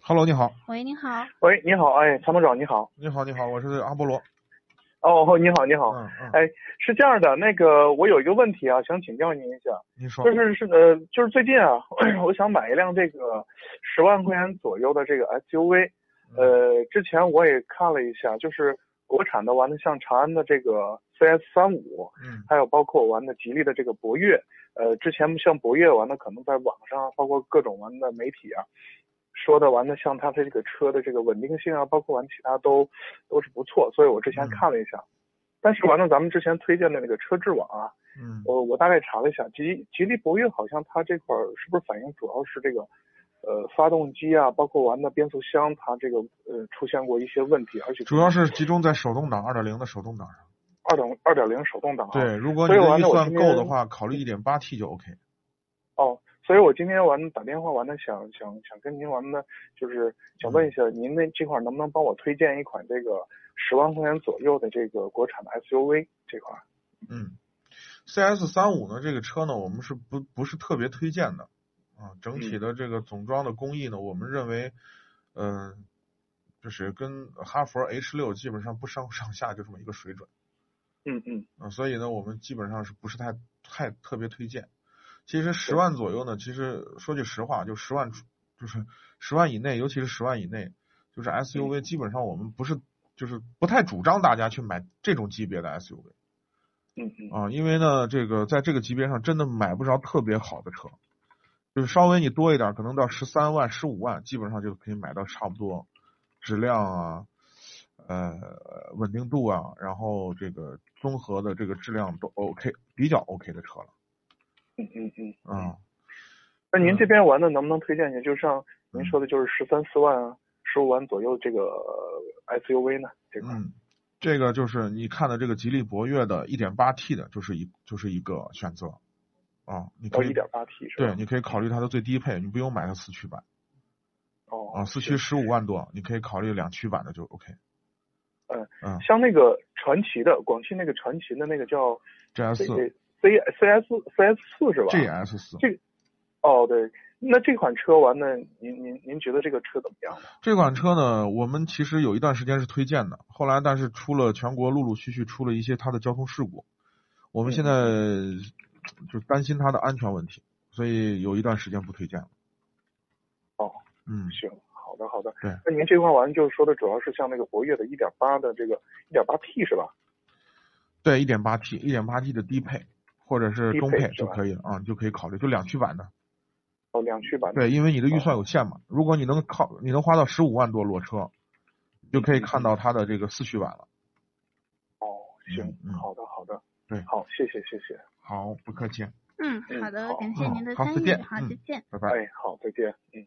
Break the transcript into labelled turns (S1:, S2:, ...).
S1: Hello，你好，
S2: 喂，你好，
S3: 喂，你好，哎，参谋长你好，
S1: 你好，你好，我是阿波罗。
S3: 哦，你好，你好，
S1: 嗯嗯，
S3: 哎，是这样的，那个我有一个问题啊，想请教您一下，
S1: 你说
S3: 就，是是呃，就是最近啊， 我想买一辆这个十万块钱左右的这个 SUV，呃，之前我也看了一下，就是国产的完了，像长安的这个 CS 三五，
S1: 嗯
S3: 还有包括完的吉利的这个博越，呃，之前像博越完的，可能在网上啊包括各种完的媒体啊，说的完的像它这个车的这个稳定性啊，包括完其他都都是不错，所以我之前
S1: 嗯
S3: 看了一下，但是完了咱们之前推荐的那个车之网啊，
S1: 嗯
S3: 我我大概查了一下，吉吉利博越好像它这块儿是不是反映主要是这个，呃，发动机啊，包括完的变速箱，它这个呃出现过一些问题，而且
S1: 主要是集中在手动挡二点零的手动挡上。
S3: 二点二点零手动挡啊。
S1: 对，如果你
S3: 所以
S1: 的
S3: 完
S1: 预
S3: 了我
S1: 算
S3: 今
S1: 够的
S3: 天
S1: 话，考虑一点八 T 就 OK。
S3: 哦，所以我今天完了打电话完了想想想跟您完了就是想问一
S1: 嗯
S3: 下，您那这块儿能不能帮我推荐一款这个十万块钱左右的这个国产的 SUV 这块儿？
S1: 嗯，CS 三五呢，这个车呢，我们是不不是特别推荐的啊。整
S3: 嗯
S1: 体的这个总装的工艺呢，我们认为，嗯、就是跟哈弗 H 六基本上不相上下，就这么一个水准
S3: 嗯嗯
S1: 啊。所以呢，我们基本上是不是太太特别推荐。其实十万左右呢，其实说句实话，就十万出，就是十万以内，尤其是十万以内，就是 SUV，基本上我们不是就是不太主张大家去买这种级别的 SUV。
S3: 嗯嗯
S1: 啊，因为呢，这个在这个级别上真的买不着特别好的车，就是稍微你多一点儿，可能到十三万、十五万，基本上就可以买到差不多质量啊、呃稳定度啊，然后这个综合的这个质量都 OK，比较 OK 的车了
S3: 嗯嗯嗯。
S1: 啊。
S3: 那您
S1: 嗯
S3: 这边玩的能不能推荐一下？就像您说的，就是十三四万、啊十五万左右这个呃 SUV 呢？这块、
S1: 嗯，这个就是你看的这个吉利博越的 1.8T 的，就是一就是一个选择啊，你
S3: 到
S1: 可以
S3: 哦一点八 T 是吧？
S1: 对，你可以考虑它的最低配，你不用买它四驱版。
S3: 哦，
S1: 啊，四驱
S3: 是。
S1: 十五万多，你可以考虑两驱版的就 OK。
S3: 嗯
S1: 嗯
S3: 像那个传奇的，广汽那个传奇的那个叫
S1: ，GS
S3: 这
S1: 四
S3: 个 C C S C S 四是吧？
S1: ，GS 四
S3: 这哦，对，那这款车完了，您您您觉得这个车怎么样？
S1: 这款车呢，我们其实有一段时间是推荐的，后来但是出了全国陆陆续续出了一些它的交通事故，我们现
S3: 嗯
S1: 在就担心它的安全问题，所以有一段时间不推荐了。
S3: 哦，
S1: 嗯，
S3: 行，好的好的。
S1: 对
S3: 那您这块完了就是说的主要是像那个博越的一点八的这个一点八 T 是吧？
S1: 对，一点八 T，一点八 T 的低配或者是
S3: 低
S1: 中
S3: 配
S1: 配
S3: 是
S1: 就
S3: 吧
S1: 可以了啊，你就可以考虑就两驱版的。
S3: 哦，两驱版的。
S1: 对，因为你的预算有限嘛，如果你能靠你能花到十五万多落车，就可以看到它的这个四驱版了。
S3: 哦，行
S1: 嗯，嗯
S3: 好的，好的，
S1: 对
S3: 好，谢谢，谢谢，
S1: 好，不客气，
S2: 嗯，
S3: 嗯
S2: 好的，
S3: 好
S2: 感谢
S1: 好
S2: 您的
S1: 好
S2: 参
S1: 再
S2: 与，
S1: 见
S2: 好，
S1: 嗯
S2: 再见。
S1: 拜拜。
S3: 哎，好，再见，嗯。